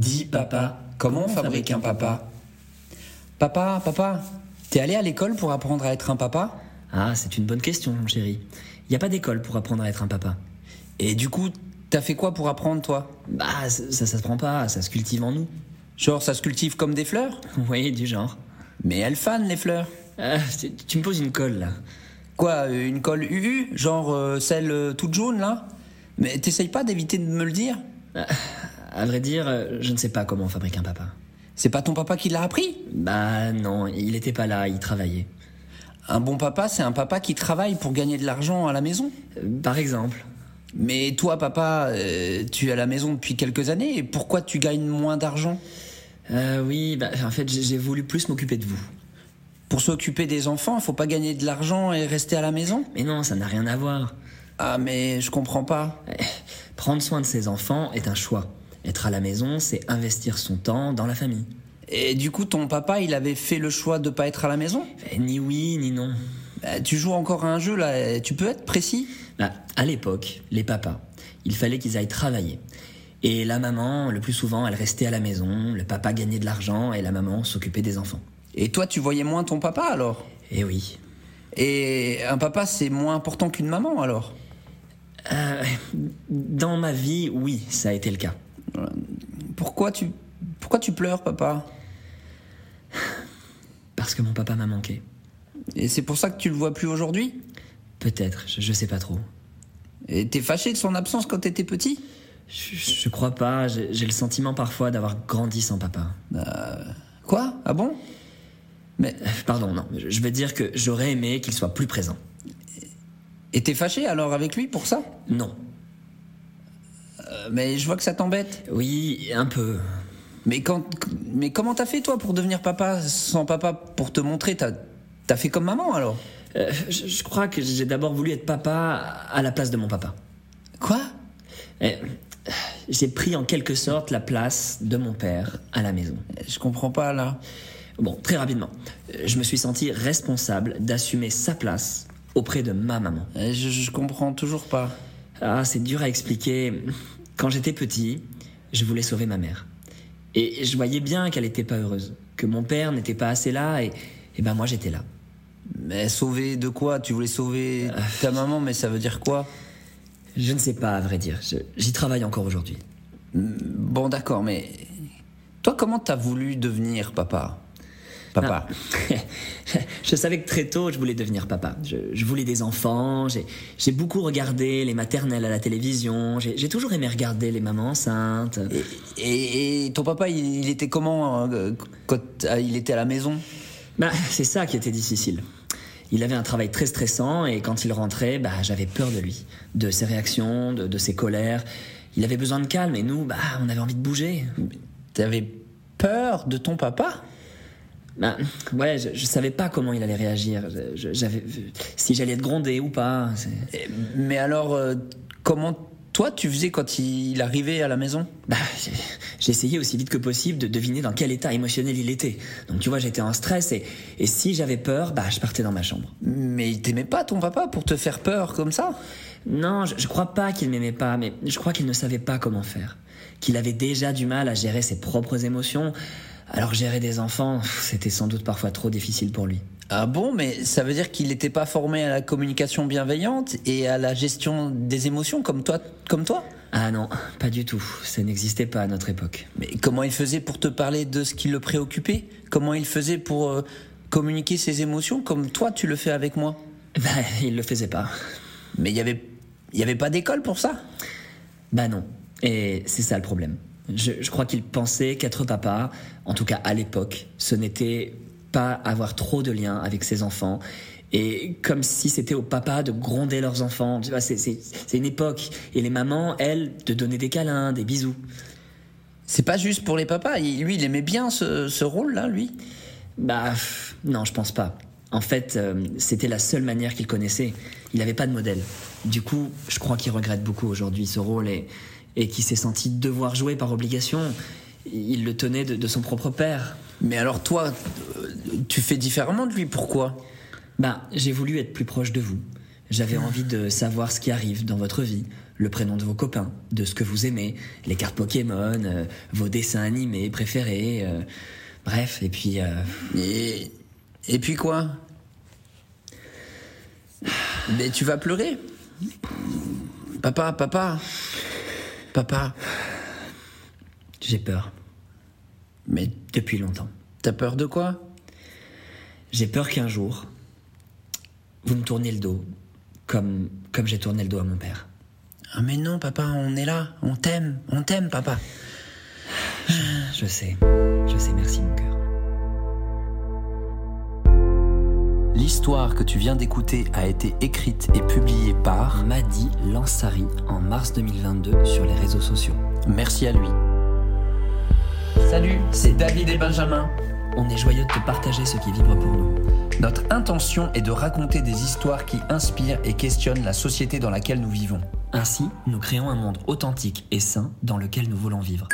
Dis, papa, comment on fabrique un papa Papa, papa, t'es allé à l'école pour apprendre à être un papa Ah, c'est une bonne question, mon chéri. Il n'y a pas d'école pour apprendre à être un papa. Et du coup, t'as fait quoi pour apprendre, toi Bah, ça, ça, ça se prend pas, ça se cultive en nous. Genre, ça se cultive comme des fleurs Oui, du genre. Mais elles fanent, les fleurs Euh, tu, tu me poses une colle, là. Quoi, euh, une colle UU Genre euh, celle euh, toute jaune, là Mais t'essayes pas d'éviter de me le dire À vrai dire, euh, je ne sais pas comment on fabrique un papa. C'est pas ton papa qui l'a appris Bah non, il était pas là, il travaillait. Un bon papa, c'est un papa qui travaille pour gagner de l'argent à la maison. Euh, Par exemple. Mais toi, papa, euh, tu es à la maison depuis quelques années, et pourquoi tu gagnes moins d'argent Euh, oui, bah, en fait, j'ai j'ai voulu plus m'occuper de vous. Pour s'occuper des enfants, faut pas gagner de l'argent et rester à la maison Mais non, ça n'a rien à voir. Ah, mais je comprends pas. Prendre soin de ses enfants est un choix. Être à la maison, c'est investir son temps dans la famille. Et du coup, ton papa, il avait fait le choix de pas être à la maison Eh, Ni oui, ni non. Bah, Tu joues encore à un jeu, là, et tu peux être précis Bah, à l'époque, les papas, il fallait qu'ils aillent travailler. Et la maman, le plus souvent, elle restait à la maison, le papa gagnait de l'argent et la maman s'occupait des enfants. Et toi, tu voyais moins ton papa, alors Eh oui. Et un papa, c'est moins important qu'une maman, alors Euh, dans ma vie, oui, ça a été le cas. Pourquoi tu... Pourquoi tu pleures, papa Parce que mon papa m'a manqué. Et c'est pour ça que tu le vois plus aujourd'hui Peut-être, je, je sais pas trop. Et t'es fâché de son absence quand t'étais petit Je, je crois pas, j'ai j'ai le sentiment parfois d'avoir grandi sans papa. Quoi Ah bon Mais... Euh, Pardon, non, je, je veux dire que j'aurais aimé qu'il soit plus présent. Et t'es fâché, alors, avec lui pour ça Non. Euh, Mais je vois que ça t'embête. Oui, un peu. Mais, quand... mais comment t'as fait, toi, pour devenir papa Sans papa, pour te montrer, t'as... T'as fait comme maman, alors Euh, je, je crois que j'ai d'abord voulu être papa à la place de mon papa. Quoi Eh, J'ai pris en quelque sorte la place de mon père à la maison. Je comprends pas, là. Bon, très rapidement, euh, je me suis senti responsable d'assumer sa place auprès de ma maman. Euh, Je, je comprends toujours pas. Ah, c'est dur à expliquer. Quand j'étais petit, je voulais sauver ma mère. Et je voyais bien qu'elle n'était pas heureuse, que mon père n'était pas assez là, et, et ben moi j'étais là. Mais sauver de quoi Tu voulais sauver ta maman, mais ça veut dire quoi Je ne sais pas, à vrai dire, Je- j'y travaille encore aujourd'hui. Bon, d'accord, mais toi, comment t'as voulu devenir papa Papa. je savais que très tôt, je voulais devenir papa. Je, je voulais des enfants. J'ai j'ai beaucoup regardé les maternelles à la télévision. J'ai j'ai toujours aimé regarder les mamans enceintes. Et, et- et ton papa, il, il était comment euh, quand euh, il était à la maison Bah, c'est ça qui était difficile. Il avait un travail très stressant et quand il rentrait, bah, j'avais peur de lui, de ses réactions, de, de ses colères. Il avait besoin de calme et nous, bah, on avait envie de bouger. T'avais peur de ton papa Bah, ouais, je, je savais pas comment il allait réagir. Je- je- J'avais, si j'allais être grondé ou pas. c'est- Et- Mais alors, euh, comment toi, tu faisais quand il, il arrivait à la maison Bah, j'ai- j'ai essayé aussi vite que possible de deviner dans quel état émotionnel il était. Donc tu vois, j'étais en stress et, et si j'avais peur, bah, je partais dans ma chambre. Mais il t'aimait pas, ton papa, pour te faire peur comme ça Non, je, je crois pas qu'il m'aimait pas, mais je crois qu'il ne savait pas comment faire. Qu'il avait déjà du mal à gérer ses propres émotions. Alors gérer des enfants, pff, c'était sans doute parfois trop difficile pour lui. Ah bon, mais ça veut dire qu'il n'était pas formé à la communication bienveillante et à la gestion des émotions comme toi, comme toi Ah non, pas du tout. Ça n'existait pas à notre époque. Mais comment il faisait pour te parler de ce qui le préoccupait Comment il faisait pour euh, communiquer ses émotions comme toi tu le fais avec moi Bah, il le faisait pas. Mais il y avait, il y avait pas d'école pour ça Bah non. Et c'est ça le problème. Je, je crois qu'il pensait qu'être papa, en tout cas à l'époque, ce n'était pas avoir trop de liens avec ses enfants. Et comme si c'était au papa de gronder leurs enfants. Tu vois, c'est- c'est c'est une époque. Et les mamans, elles, de donner des câlins, des bisous. C'est pas juste pour les papas. Il- lui, il aimait bien ce, ce rôle-là, lui. Bah pff, non, je pense pas. En fait, euh, c'était la seule manière qu'il connaissait. Il n'avait pas de modèle. Du coup, je crois qu'il regrette beaucoup aujourd'hui ce rôle et, et qu'il s'est senti devoir jouer par obligation. Il le tenait de, de son propre père. Mais alors toi, euh, tu fais différemment de lui. Pourquoi Bah, j'ai voulu être plus proche de vous. J'avais envie de savoir ce qui arrive dans votre vie, le prénom de vos copains, de ce que vous aimez, les cartes Pokémon, euh, vos dessins animés préférés, euh, bref, et puis... euh, Et, et puis quoi Mais tu vas pleurer Papa, papa, papa, j'ai peur, mais depuis longtemps. t'as peur de quoi J'ai peur qu'un jour, vous me tourniez le dos, comme, comme j'ai tourné le dos à mon père. Ah mais non papa, on est là, on t'aime, on t'aime papa. Je sais, je sais, merci mon cœur. L'histoire que tu viens d'écouter a été écrite et publiée par Madi Lansari en mars 2022 sur les réseaux sociaux. Merci à lui. Salut, c'est David et Benjamin. On est joyeux de te partager ce qui vibre pour nous. Notre intention est de raconter des histoires qui inspirent et questionnent la société dans laquelle nous vivons. Ainsi, nous créons un monde authentique et sain dans lequel nous voulons vivre.